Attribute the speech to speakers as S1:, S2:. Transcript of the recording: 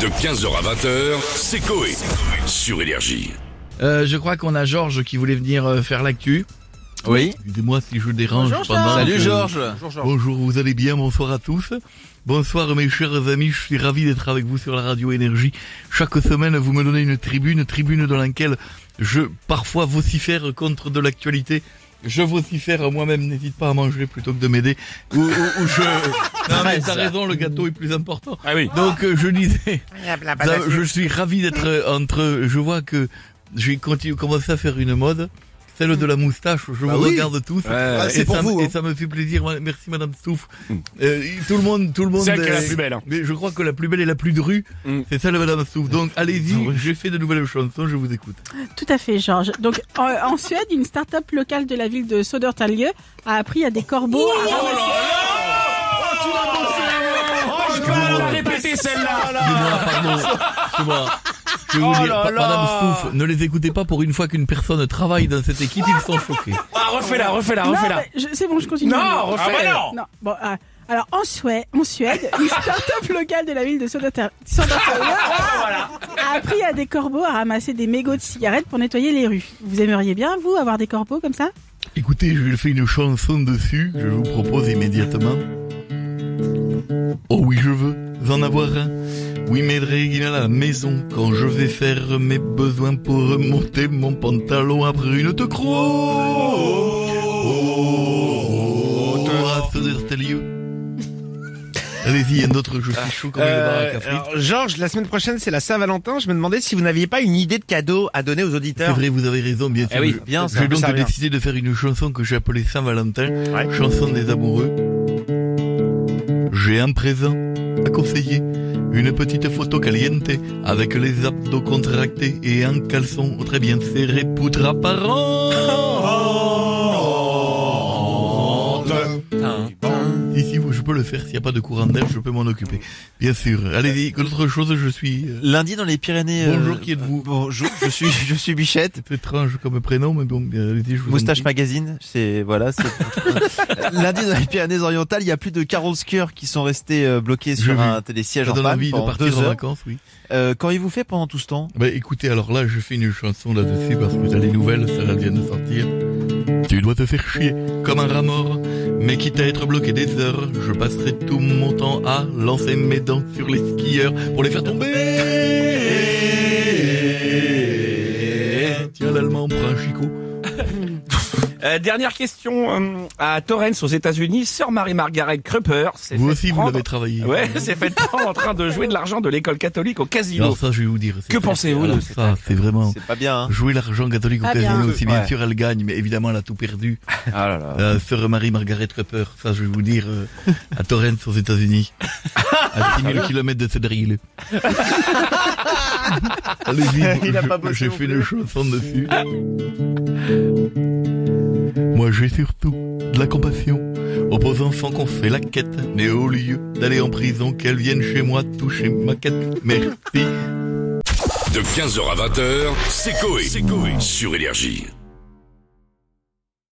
S1: De 15h à 20h, c'est Coé. Sur Énergie.
S2: Euh, je crois qu'on a Georges qui voulait venir euh, faire l'actu.
S3: Oui.
S2: Excusez-moi si je dérange pendant
S3: Salut
S2: que-
S3: Georges.
S2: Bonjour, vous allez bien, bonsoir à tous. Bonsoir mes chers amis, je suis ravi d'être avec vous sur la radio Énergie. Chaque semaine, vous me donnez une tribune, tribune dans laquelle je parfois vocifère contre de l'actualité. Je vocifère moi-même, n'hésite pas à manger plutôt que de m'aider. Ou, ou- ou je... Non mais t'as raison, le gâteau est plus important.
S1: Ah oui.
S2: Donc euh, je disais... Ça,
S4: Blablabla.
S2: je suis ravi d'être euh, entre. Je vois que j'ai continu- commencé à faire une mode. Celle de la moustache, je
S3: Bah
S2: vous regarde tous.
S3: Ah, c'est
S2: et,
S3: pour
S2: ça,
S3: vous,
S2: me-
S3: hein. Hmm.
S2: et ça me fait plaisir. Ma- Merci Madame Souf. Euh, tout le monde, tout le monde.
S1: C'est elle qui est la
S2: euh,
S1: plus belle, hein.
S2: Mais je crois que la plus belle et la plus drue,
S3: Hmm.
S2: c'est celle de Madame Souf. Donc
S3: Ah
S2: allez-y, j'ai fait de nouvelles chansons, je vous écoute.
S5: Tout à fait, Georges. Donc, en, en Suède, une start-up locale de la ville de Södertälje a appris à des corbeaux Ah, à ramasser-
S1: Ah.
S2: Excusez-moi, pardon. Excusez-moi. Je vais
S1: Oh
S2: vous dire, pa- Madame Souf, ne les écoutez pas pour une fois qu'une personne travaille dans cette équipe, ils sont choqués.
S3: Ah,
S5: Non, mais je- c'est bon, je continue. Non,
S1: non
S5: Non, bon, ah, alors en Suède, en Suède, une start-up locale de la ville de Södertälje Södertälje a appris à des corbeaux à ramasser des mégots de cigarettes pour nettoyer les rues. Vous aimeriez bien, vous, avoir des corbeaux comme ça
S2: Écoutez, je fais une chanson dessus, je vous propose immédiatement. Oh oui, je veux en avoir un. Oui, m'aiderait il à la maison quand je vais faire mes besoins pour remonter mon pantalon après une te croix. Oh, terrasse d'Ertelieu. Allez-y, il y a d'autres, je suis chaud comme le baraque à
S3: Euh,
S2: frites.
S3: alors, Georges, la semaine prochaine c'est la Saint-Valentin. Je me demandais si vous n'aviez pas une idée de cadeau à donner aux
S2: C'est
S3: auditeurs. Eh
S2: vrai, vous avez raison, bien sûr.
S3: oui,
S2: Je-
S3: bien, ça-
S2: J'ai donc
S3: ça revient. Mmh.
S2: décidé de faire une chanson que j'ai appelée Saint-Valentin, chanson des amoureux. J'ai un présent à conseiller, une petite photo caliente, avec les abdos contractés et un caleçon très bien serré, poutre apparente. Si, si, vous- je peux le faire, s'il n'y a pas de courant d'air, je peux m'en occuper. Bien sûr. Allez-y, autre chose, je suis... euh,
S3: Lundi dans les Pyrénées.
S2: Bonjour, qui êtes-vous
S3: Bonjour, je suis je suis Bichette.
S2: C'est étrange comme prénom, mais bon, bien, allez-y, je vous en
S3: Moustache
S2: prie.
S3: Magazine, c'est voilà. c'est- Lundi dans les Pyrénées-Orientales, il y a plus de 40 skieurs qui sont restés euh, bloqués
S2: J'ai
S3: sur
S2: vu.
S3: un télésiège
S2: Ça
S3: en
S2: donne
S3: panne
S2: envie de
S3: pendant
S2: partir
S3: deux
S2: en
S3: heures.
S2: vacances, oui.
S3: Euh, Qu'avez-vous fait pendant tout ce temps
S2: Bah écoutez, alors là, je fais une chanson là-dessus parce que t'as les nouvelles, ça vient de sortir. Tu dois te faire chier comme un rat mort, mais quitte à être bloqué des heures, je passerai tout mon temps à lancer mes dents sur les skieurs pour les faire tomber. Tiens, l'allemand prend un chicot.
S6: Euh, dernière question euh, à Torrance aux États-Unis, sœur Marie-Margaret Crupper s'est
S2: Vous
S6: faite
S2: aussi, vous
S6: prendre-
S2: l'avez travaillé.
S6: Ouais, s'est fait prendre en train de jouer de l'argent de l'école catholique au casino.
S2: Alors ça, je vais vous dire. c'est
S6: Que
S2: très-
S6: pensez-vous de
S2: alors
S6: cette
S2: Ça, c'est vraiment...
S3: C'est pas bien. Hein
S2: Jouer l'argent catholique au
S5: Ah,
S2: casino,
S5: bien.
S2: si bien
S3: Ouais.
S2: sûr elle gagne, mais évidemment elle a tout perdu.
S6: Ah là là.
S2: Euh, Sœur Marie-Margaret Crupper, ça je vais vous dire, euh, à Torrance aux États-Unis, à 6000 km de Cédric. Allez-y,
S3: Il a
S2: je-
S3: pas bossé
S2: j'ai
S3: non
S2: fait
S3: plus.
S2: une chanson dessus. Moi j'ai surtout de la compassion aux pauvres enfants qu'on fait la quête, mais au lieu d'aller en prison, qu'elles viennent chez moi toucher ma quête. Merci.
S1: De 15h à 20h, c'est Coé. Sur Énergie.